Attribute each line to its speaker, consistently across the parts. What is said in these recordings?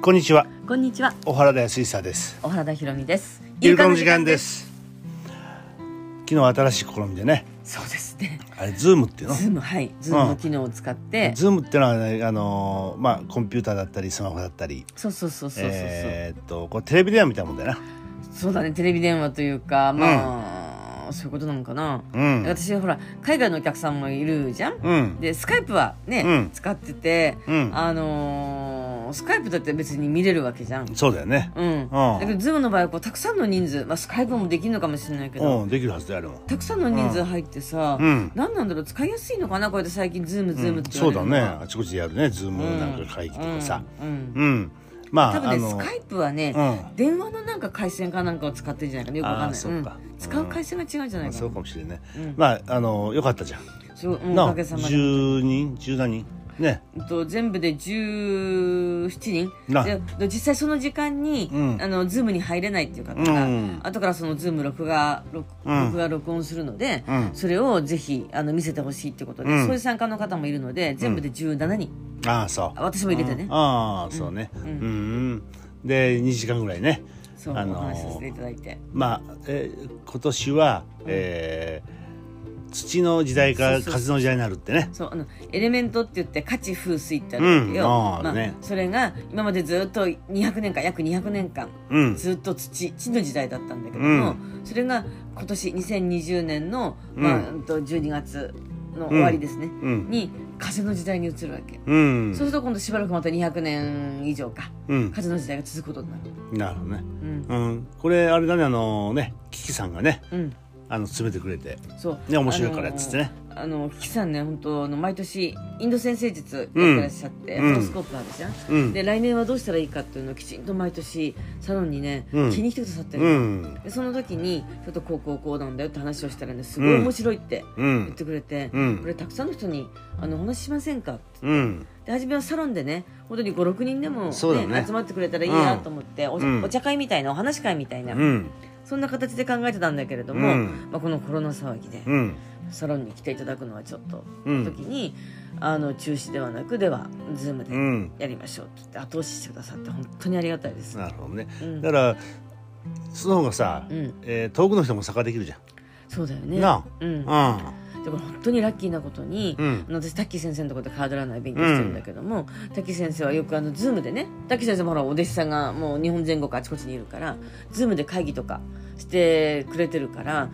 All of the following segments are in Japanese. Speaker 1: こんにちは
Speaker 2: こんにちは、
Speaker 1: 小原田康久です
Speaker 2: 小原田博美です。
Speaker 1: イルカの時間です昨日新しい試みでね
Speaker 2: そうですね。
Speaker 1: あれズームっていうの
Speaker 2: ズームはい、ズームの機能を使って、
Speaker 1: ズームっていうのはねあのーまあコンピューターだったりスマホだったり
Speaker 2: そうそうそうそうそうそう、
Speaker 1: えーっとこうテレビ電話みたいなもんだよな
Speaker 2: そうだね、テレビ電話というか、まあ、そういうことなのかな。
Speaker 1: うん
Speaker 2: 私ほら海外のお客さんもいるじゃん。
Speaker 1: うん
Speaker 2: でスカイプはね、
Speaker 1: うん
Speaker 2: 使ってて、
Speaker 1: うん
Speaker 2: あのースカイプだって別に見れるわけじゃん。
Speaker 1: そうだよね
Speaker 2: うん。だけどズームの場合はこうたくさんの人数、まあスカイプもできるのかもしれないけど、
Speaker 1: うんできるはずだよあれも
Speaker 2: たくさんの人数入ってさ、
Speaker 1: うん
Speaker 2: 何なんだろう使いやすいのかなこうやって最近ズームズームって言
Speaker 1: そ
Speaker 2: わ
Speaker 1: うだ
Speaker 2: れるの
Speaker 1: ね
Speaker 2: は
Speaker 1: あちこちでやるねズー
Speaker 2: う
Speaker 1: ム
Speaker 2: ん
Speaker 1: なんか会議とかさ
Speaker 2: うんうん
Speaker 1: うん、まあ
Speaker 2: 多分
Speaker 1: あ
Speaker 2: ね
Speaker 1: の
Speaker 2: スカイプはね、
Speaker 1: う
Speaker 2: 電話のなんか回線かなんかを使ってるんじゃないかなよくわかん
Speaker 1: あー
Speaker 2: ない、
Speaker 1: そっか
Speaker 2: うん使う回線が違うんじゃないかな、
Speaker 1: そうかもしれない、
Speaker 2: うん
Speaker 1: まああのよかったじゃん
Speaker 2: そううん
Speaker 1: な
Speaker 2: おかげさまで、
Speaker 1: 10人10何人ね
Speaker 2: うんと、全部で17人
Speaker 1: な
Speaker 2: で実際その時間に、
Speaker 1: うん
Speaker 2: あのズームに入れないっていう方が、
Speaker 1: うん
Speaker 2: 後からそのズーム録画録,、
Speaker 1: うん
Speaker 2: 録画録音するので、
Speaker 1: うん
Speaker 2: それをぜひあの見せてほしいってことで、
Speaker 1: うん
Speaker 2: そういう参加の方もいるので全部で17人、
Speaker 1: ああそう
Speaker 2: 私も入れてね、
Speaker 1: ああそうねうん、で2時間ぐらいね
Speaker 2: そう、
Speaker 1: あのー
Speaker 2: お話しさせていただいて
Speaker 1: まあ、えー今年は、えー土の時代から
Speaker 2: そうそう
Speaker 1: 風の時代になるってね
Speaker 2: そうあのエレメントって言って価値風水ってあるわけよ、
Speaker 1: うんあー
Speaker 2: まあ
Speaker 1: ね
Speaker 2: それが今までずっと200年間約200年間
Speaker 1: うん
Speaker 2: ずっと土地の時代だったんだけども、
Speaker 1: うん
Speaker 2: それが今年2020年の、
Speaker 1: うん
Speaker 2: まあうんと12月の終わりですね、
Speaker 1: うん
Speaker 2: に風の時代に移るわけ、
Speaker 1: うん
Speaker 2: そうすると今度しばらくまた200年以上か
Speaker 1: うん
Speaker 2: 風の時代が続くことになる
Speaker 1: なるほどね、
Speaker 2: うん
Speaker 1: うん、これあれだねあのねキキさんがね
Speaker 2: うん
Speaker 1: あの詰めてくれて
Speaker 2: そう
Speaker 1: ね面白いからっつってね、
Speaker 2: あのキキさんね本当あの毎年インド先生術やってらっしゃって、
Speaker 1: うん
Speaker 2: ホロスコープなんですよ、
Speaker 1: うん
Speaker 2: で来年はどうしたらいいかっていうのをきちんと毎年サロンにね、
Speaker 1: うん
Speaker 2: 気に来てくださってる、
Speaker 1: うん
Speaker 2: でその時にちょっとこうこうこうなんだよって話をしたらねすごい面白いって
Speaker 1: う
Speaker 2: 言っ
Speaker 1: ん
Speaker 2: てくれて、
Speaker 1: うん
Speaker 2: これたくさんの人にあのお話ししませんかって
Speaker 1: うん
Speaker 2: で初めはサロンでね本当に56人でも、ね
Speaker 1: そうだね
Speaker 2: 集まってくれたらいいなと思って、お
Speaker 1: うん
Speaker 2: お茶会みたいなお話し会みたいな、
Speaker 1: うん
Speaker 2: そんな形で考えてたんだけれども、
Speaker 1: うん
Speaker 2: まあ、このコロナ騒ぎで
Speaker 1: うん
Speaker 2: サロンに来ていただくのはちょっと、
Speaker 1: うん
Speaker 2: 時にあの中止ではなくではズームで
Speaker 1: うん
Speaker 2: やりましょうって言って後押ししてくださって本当にありがたいです。
Speaker 1: なるほどね、
Speaker 2: うん
Speaker 1: だからその方がさ、
Speaker 2: うん
Speaker 1: えー遠くの人も参加できるじゃん
Speaker 2: そうだよね。
Speaker 1: なあ
Speaker 2: うん。で
Speaker 1: う
Speaker 2: これ本当にラッキーなことに、
Speaker 1: うん
Speaker 2: あの私タッキー先生のところでカードランナー勉強してるんだけども、タッキー先生はよくあのズームでね、タッキー先生もほらお弟子さんがもう日本全国あちこちにいるから、ズームで会議とかしてくれてるから、
Speaker 1: ん、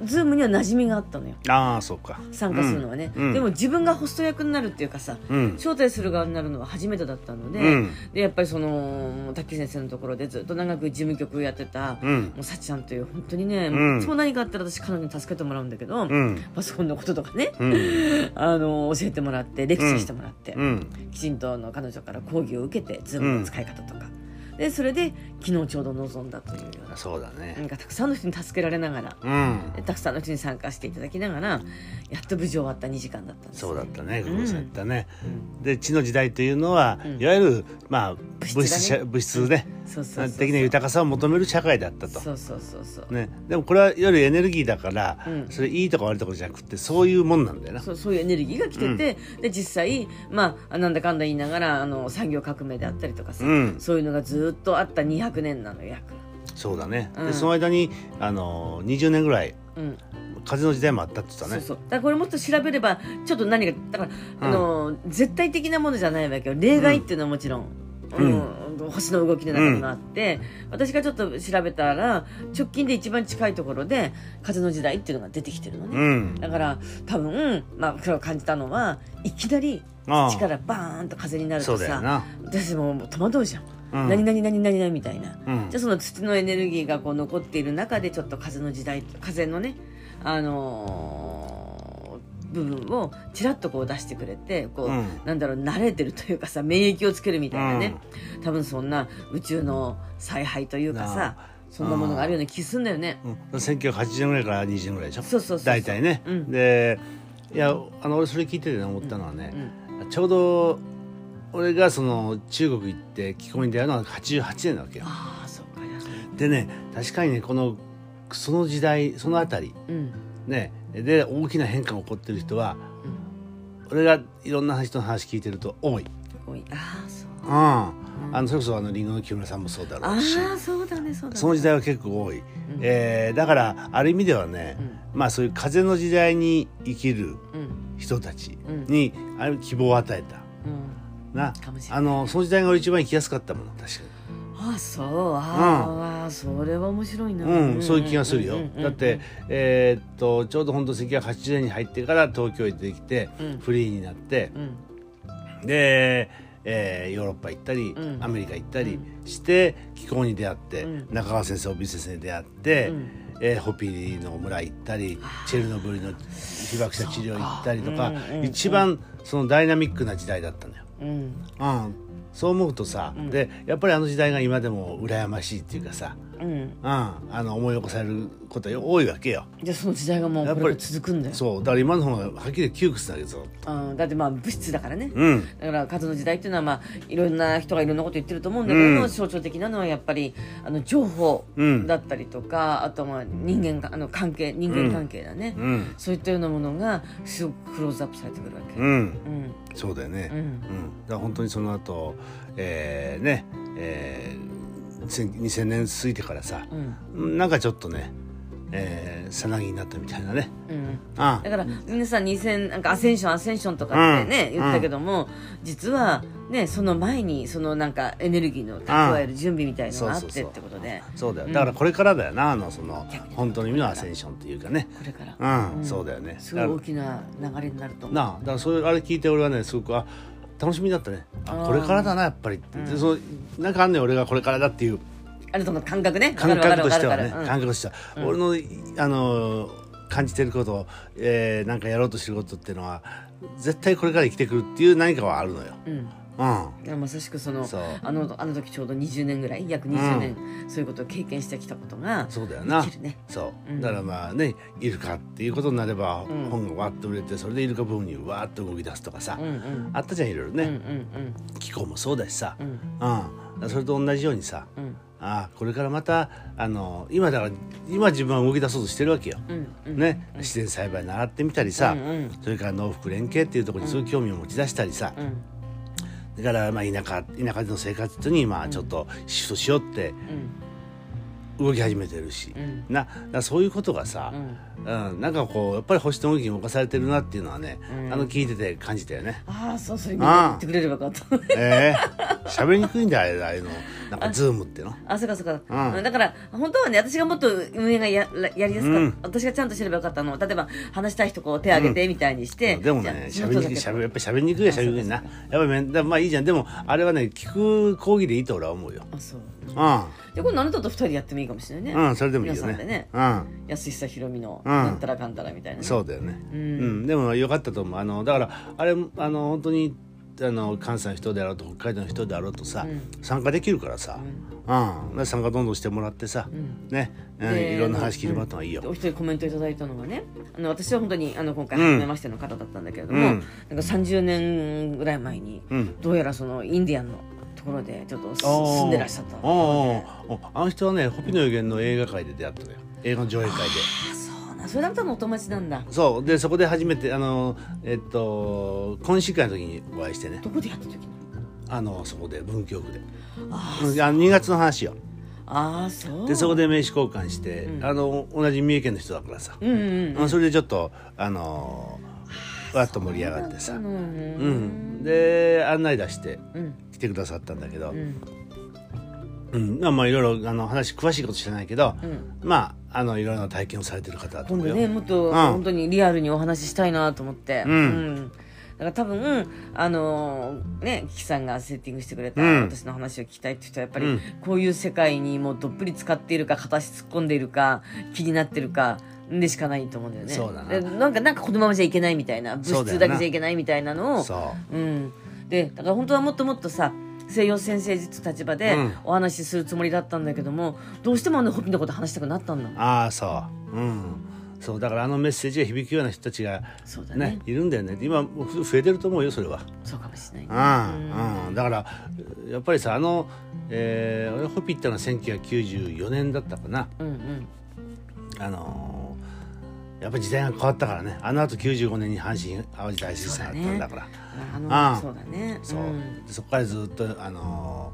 Speaker 1: うん、
Speaker 2: ズームには馴染みがあったのよ。
Speaker 1: ああそうか
Speaker 2: 参加するのはね、
Speaker 1: うんうん
Speaker 2: でも自分がホスト役になるっていうかさ、
Speaker 1: うん
Speaker 2: 招待する側になるのは初めてだったので、
Speaker 1: うん
Speaker 2: でやっぱりその滝先生のところでずっと長く事務局やってた、
Speaker 1: うん
Speaker 2: もうさっちゃんという本当にね、
Speaker 1: うん
Speaker 2: いつも何かあったら私彼女に助けてもらうんだけど、
Speaker 1: うん
Speaker 2: パソコンのこととかね、
Speaker 1: うん
Speaker 2: あの教えてもらってレクチャーしてもらって、
Speaker 1: うん
Speaker 2: きちんとあの彼女から講義を受けてズームの使い方とか、でそれで昨日ちょうど望んだというような
Speaker 1: そうだね
Speaker 2: なんかたくさんの人に助けられながら。
Speaker 1: うん
Speaker 2: たくさんの人に参加していただきながらやっと無事終わった2時間だったんです
Speaker 1: そうだったね
Speaker 2: う
Speaker 1: 久
Speaker 2: ん
Speaker 1: 保さん言ったね、で地の時代というのは、
Speaker 2: うん
Speaker 1: いわゆるまあ物
Speaker 2: 物
Speaker 1: 質
Speaker 2: 質だ
Speaker 1: 社物質で
Speaker 2: そうそうそうそう
Speaker 1: 的な豊かさを求める社会だったと
Speaker 2: そうそうそうそう
Speaker 1: ね、でもこれはいわゆるエネルギーだから、
Speaker 2: うん
Speaker 1: それいいとか悪いとかじゃなくてそういうもんなんだよな
Speaker 2: そうそういうエネルギーが来てて、で実際、まあ、なんだかんだ言いながらあの産業革命であったりとかさ、
Speaker 1: うん
Speaker 2: そういうのがずっとあった200年なの約、
Speaker 1: そうだね、
Speaker 2: う
Speaker 1: で
Speaker 2: ん
Speaker 1: その間にあの20年ぐらい
Speaker 2: うん
Speaker 1: 風の時代もあったって言った
Speaker 2: そう
Speaker 1: ね
Speaker 2: そうだからこれもっと調べればちょっと何かだから、
Speaker 1: うん
Speaker 2: あの絶対的なものじゃないわけよ例外っていうのはもちろん、
Speaker 1: うん
Speaker 2: うん星の動きの中にもあって、私がちょっと調べたら直近で一番近いところで風の時代っていうのが出てきてるのね。
Speaker 1: うん
Speaker 2: だから多分、まあ、これを感じたのはいきなり
Speaker 1: ああ
Speaker 2: 力バーンと風になる
Speaker 1: そ
Speaker 2: と
Speaker 1: うだよ
Speaker 2: さ
Speaker 1: な、
Speaker 2: 私もう戸惑うじゃん、
Speaker 1: うん、
Speaker 2: 何々何々何々みたいな、
Speaker 1: うん
Speaker 2: じゃあその土のエネルギーがこう残っている中でちょっと風の時代風のねあのー部分をちらっとこう出してくれてこう、
Speaker 1: うん
Speaker 2: なんだろう慣れてるというかさ免疫をつけるみたいなね、多分そんな宇宙の采配というか
Speaker 1: な
Speaker 2: さ
Speaker 1: あ
Speaker 2: そんなものがあるような気すんだよね。
Speaker 1: うん、1980年ぐらいから20年ぐらいでしょ
Speaker 2: そうそうそうそう
Speaker 1: 大体ね、
Speaker 2: うん
Speaker 1: でいやあの俺それ聞いててね思ったのはね
Speaker 2: う、ん
Speaker 1: ちょうど俺がその中国行って気候に出会うのは88年なわけよ
Speaker 2: ああそっかや
Speaker 1: でね確かにねこのその時代そのあたり
Speaker 2: うん
Speaker 1: ねで大きな変化が起こってる人は俺がいろんな人の話聞いてると多い、うん、
Speaker 2: 多いああそう
Speaker 1: だかあのそれこそあのリンゴの木村さんもそうだろ
Speaker 2: あ
Speaker 1: うし
Speaker 2: あそうだねそうだね
Speaker 1: その時代は結構多い、えーだからある意味ではね、まあそういう風の時代に生きる
Speaker 2: うん
Speaker 1: 人たちに、ある希望を与えた
Speaker 2: うん
Speaker 1: な
Speaker 2: かもしれない
Speaker 1: あのその時代が俺一番生きやすかったもの確かに。
Speaker 2: ああそうああ、それは面白いな
Speaker 1: うん、そういう気がするよ
Speaker 2: うんうんうん。うん
Speaker 1: だって、えーっとちょうど本当1980年に入ってから東京へ出てきて、
Speaker 2: うん
Speaker 1: フリーになって
Speaker 2: うん
Speaker 1: で、えーヨーロッパ行ったり、
Speaker 2: うん
Speaker 1: アメリカ行ったりして気候に出会って、
Speaker 2: うん
Speaker 1: 中川先生帯先生に出会って、
Speaker 2: うん
Speaker 1: えーホピーの村行ったりチェルノブイリの被爆者治療行ったりとか
Speaker 2: そうかうんうんうん
Speaker 1: 一番そのダイナミックな時代だったのよ。
Speaker 2: うん
Speaker 1: うん、そう思うとさ、でやっぱりあの時代が今でも羨ましいっていうかさ、
Speaker 2: うん
Speaker 1: うん、あの思い起こされることが多いわけよ。
Speaker 2: じゃあその時代がもうこれから続くんだよ
Speaker 1: そうだから今の方がはっきり言って窮屈だけど。
Speaker 2: うん、だってまあ物質だからね、
Speaker 1: うん
Speaker 2: だから数の時代っていうのはまあいろんな人がいろんなこと言ってると思うんだけれど、
Speaker 1: うん
Speaker 2: 象徴的なのはやっぱりあの情報
Speaker 1: うん
Speaker 2: だったりとか、あとまあ人間かあの関係人間関係だね、
Speaker 1: うん
Speaker 2: そういったようなものがすごくクローズアップされてくるわけ。
Speaker 1: うん
Speaker 2: うん
Speaker 1: そうだよね。
Speaker 2: う
Speaker 1: うん
Speaker 2: ん
Speaker 1: だから本当にその後、えーね、えー、2000年過ぎてからさ、
Speaker 2: うん
Speaker 1: なんかちょっとね、えー、さなぎになったみたいなね。
Speaker 2: うん
Speaker 1: あ
Speaker 2: だから皆さん2000なんかアセンションアセンションとかって
Speaker 1: う
Speaker 2: ね、
Speaker 1: ん
Speaker 2: 言ってたけども、実はねその前にそのなんかエネルギーの蓄える準備みたいのがあってってことで、
Speaker 1: そうだよ。
Speaker 2: うん
Speaker 1: だからこれからだよな、あのその
Speaker 2: 逆に
Speaker 1: 本当の意味のアセンションっていうかね。
Speaker 2: これから、
Speaker 1: うん、そうだよね。
Speaker 2: すごい
Speaker 1: だ
Speaker 2: 大
Speaker 1: か
Speaker 2: きな流れになると
Speaker 1: ら
Speaker 2: 思う。
Speaker 1: なあ、だからそれあれ聞いて俺はね、すごくあ楽しみだったね。あこれからだなやっぱりって。でそのなんかあんねん俺がこれからだっていう。
Speaker 2: あなたの感覚ね。
Speaker 1: 感覚としては
Speaker 2: わ
Speaker 1: ね
Speaker 2: かるわか
Speaker 1: 感覚
Speaker 2: るわかる
Speaker 1: としては、俺のいあのー感じてることを、えーなんかやろうとしてることっていうのは絶対これから生きてくるっていう何かはあるのよ。
Speaker 2: うん。うん
Speaker 1: うん
Speaker 2: いやまさしくその
Speaker 1: そう
Speaker 2: あのあの時ちょうど20年ぐらい約20年、そういうことを経験してきたことが
Speaker 1: そうだよな
Speaker 2: 生きるね
Speaker 1: そう、
Speaker 2: うん
Speaker 1: だからまあねイルカっていうことになれば、
Speaker 2: ん
Speaker 1: 本がわっと売れてそれでイルカブームにわーっと動き出すとかさ、
Speaker 2: うんうん
Speaker 1: あったじゃんいろいろ
Speaker 2: うん
Speaker 1: ね、気候もそうだしさ、
Speaker 2: うんうん
Speaker 1: うん、それと同じようにさ、
Speaker 2: うん
Speaker 1: あーこれからまたあの今だから今自分は動き出そうとしてるわけよ、
Speaker 2: うんうん
Speaker 1: ね、自然栽培習ってみたりさ、
Speaker 2: うんうん
Speaker 1: それから農福連携っていうところにすごい興味を持ち出したりさ、
Speaker 2: うん
Speaker 1: だからまあ田舎田舎での生活っていうのにまあちょっとシフトしようって動き始めてるし、
Speaker 2: うん
Speaker 1: なだからそういうことがさ、
Speaker 2: うんうん。
Speaker 1: うんなんかこうやっぱり星の動きに動かされてるなっていうのはね、あの聞いてて感じたよね
Speaker 2: ああそうそれみんな言ってくれればよかった。
Speaker 1: ええ喋りにくいんだよああいうのなんかズームっての。
Speaker 2: あそうかそうか、
Speaker 1: うん
Speaker 2: だから本当はね私がもっと運営がややりやすかった、
Speaker 1: うん
Speaker 2: 私がちゃんとしてればよかったの例えば話したい人こう手挙げてみたいにして、
Speaker 1: でも
Speaker 2: じゃあ
Speaker 1: ね
Speaker 2: その
Speaker 1: 喋り
Speaker 2: 人
Speaker 1: にくい
Speaker 2: だけ
Speaker 1: 喋やっぱり喋りにくいは喋りにくいなやっぱりめんだまあいいじゃんでもあれはね聞く講義でいいと俺は思うよ。
Speaker 2: あそう
Speaker 1: う
Speaker 2: でこれあなたと二人でやってもいいかもしれないね、
Speaker 1: んうんそれでもいいよ
Speaker 2: 皆さんで
Speaker 1: ね
Speaker 2: ね。
Speaker 1: うん。
Speaker 2: 安久ひろみの
Speaker 1: うん
Speaker 2: なんたらかんたらみたいなね、
Speaker 1: そうだよね、
Speaker 2: う
Speaker 1: うんんでも良かったと思うあのだからあれあの本当にあの関西の人であろうと北海道の人であろうとさ、参加できるからさ、うんで参加どんどんしてもらってさ、ね、うん、
Speaker 2: で
Speaker 1: いろんな話聞いてもらったのがいい
Speaker 2: お
Speaker 1: よ。
Speaker 2: 一人コメントいただいたのがねあの私は本当にあの今回
Speaker 1: うん
Speaker 2: 初めましての方だったんだけれども、
Speaker 1: うん
Speaker 2: なんか30年ぐらい前に、
Speaker 1: うん
Speaker 2: どうやらそのインディアンのところでちょっとす
Speaker 1: あー
Speaker 2: 住んでらっしゃった
Speaker 1: あーあーあの人はね「ホピの予言」の映画界で出会ったのよ映画の上映会で。
Speaker 2: あそうなそれだったのお友達なんだ
Speaker 1: そうでそこで初めてあのえっと懇親会の時にお会いしてね
Speaker 2: どこでやった時に
Speaker 1: あのそこで文京区で
Speaker 2: あ
Speaker 1: うんあの2月の話よ
Speaker 2: ああそう
Speaker 1: でそこで名刺交換して、あの同じ三重県の人だからさ、
Speaker 2: うんうん
Speaker 1: うんそれでちょっとあのーわっと盛り上がってさ
Speaker 2: う
Speaker 1: うんん、
Speaker 2: うん
Speaker 1: で案内出して
Speaker 2: うん
Speaker 1: 来てくださったんだけど、う
Speaker 2: うんん
Speaker 1: まあまあいろいろあの話詳しいこと知らないけど、
Speaker 2: うん
Speaker 1: まああのいろいろな体験をされてる方だと思
Speaker 2: 今
Speaker 1: う
Speaker 2: 度
Speaker 1: よ。
Speaker 2: ねもっと
Speaker 1: ん
Speaker 2: 本当にリアルにお話ししたいなと思って
Speaker 1: うん
Speaker 2: だから多分あのーねキキさんがセッティングしてくれた
Speaker 1: うん
Speaker 2: 私の話を聞きたいって人はやっぱり、
Speaker 1: うん
Speaker 2: こういう世界にもうどっぷり使っているか形突っ込んでいるか気になってるかでしかないと思うんだよね
Speaker 1: そうだな
Speaker 2: でなんかなんかこのままじゃいけないみたいな物
Speaker 1: そうだ
Speaker 2: 質
Speaker 1: よ
Speaker 2: だ
Speaker 1: な
Speaker 2: けじゃいけないみたいなのを
Speaker 1: そ
Speaker 2: うん、でだから本当はもっともっとさ西洋先生術立場で
Speaker 1: うん
Speaker 2: お話しするつもりだったんだけども、どうしてもあのホピのこと話したくなったんだも
Speaker 1: うんああそううんそうだからあのメッセージが響くような人たちが
Speaker 2: そうだね
Speaker 1: ねいるんだよね今もう増えてると思うよそれは。
Speaker 2: そうかもしれない、
Speaker 1: うんうん、だからやっぱりさあの、えー、俺ホピってのは1994年だったかな、
Speaker 2: うんうん
Speaker 1: あのーやっぱり時代が変わったからねあのあと95年に阪神・淡路大震災があったんだから
Speaker 2: あの
Speaker 1: うん
Speaker 2: そうだね
Speaker 1: そうう、
Speaker 2: ん
Speaker 1: でそこからずっと、あの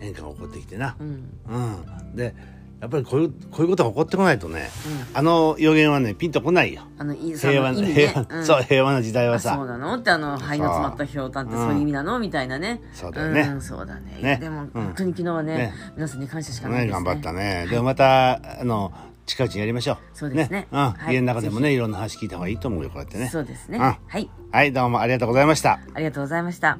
Speaker 1: ー変化が起こってきてな
Speaker 2: う、ん
Speaker 1: うん、でやっぱりこういうこういうことが起こってこないとね、あの予言はねピンとこないよ
Speaker 2: あのいいその
Speaker 1: 平和
Speaker 2: 意
Speaker 1: な、
Speaker 2: 味ね
Speaker 1: 平和、
Speaker 2: ん
Speaker 1: そう平和な時代は
Speaker 2: あそ
Speaker 1: さ
Speaker 2: うなのってあの肺の詰まったひょうたんってそういう意味なのみたいなね
Speaker 1: そうだよね
Speaker 2: んそうだね
Speaker 1: ね
Speaker 2: でも、
Speaker 1: うん
Speaker 2: 本当に昨日はね
Speaker 1: ね
Speaker 2: 皆さんに感謝しかな
Speaker 1: ね
Speaker 2: いですね
Speaker 1: 頑張ったね、でもまたあの近いうちにやりましょう
Speaker 2: そうですね
Speaker 1: うん
Speaker 2: はい
Speaker 1: 家の中でもねいろんな話聞いた方がいいと思うよこうやってね
Speaker 2: そうですね
Speaker 1: うん
Speaker 2: はい
Speaker 1: はいどうもありがとうございました
Speaker 2: ありがとうございました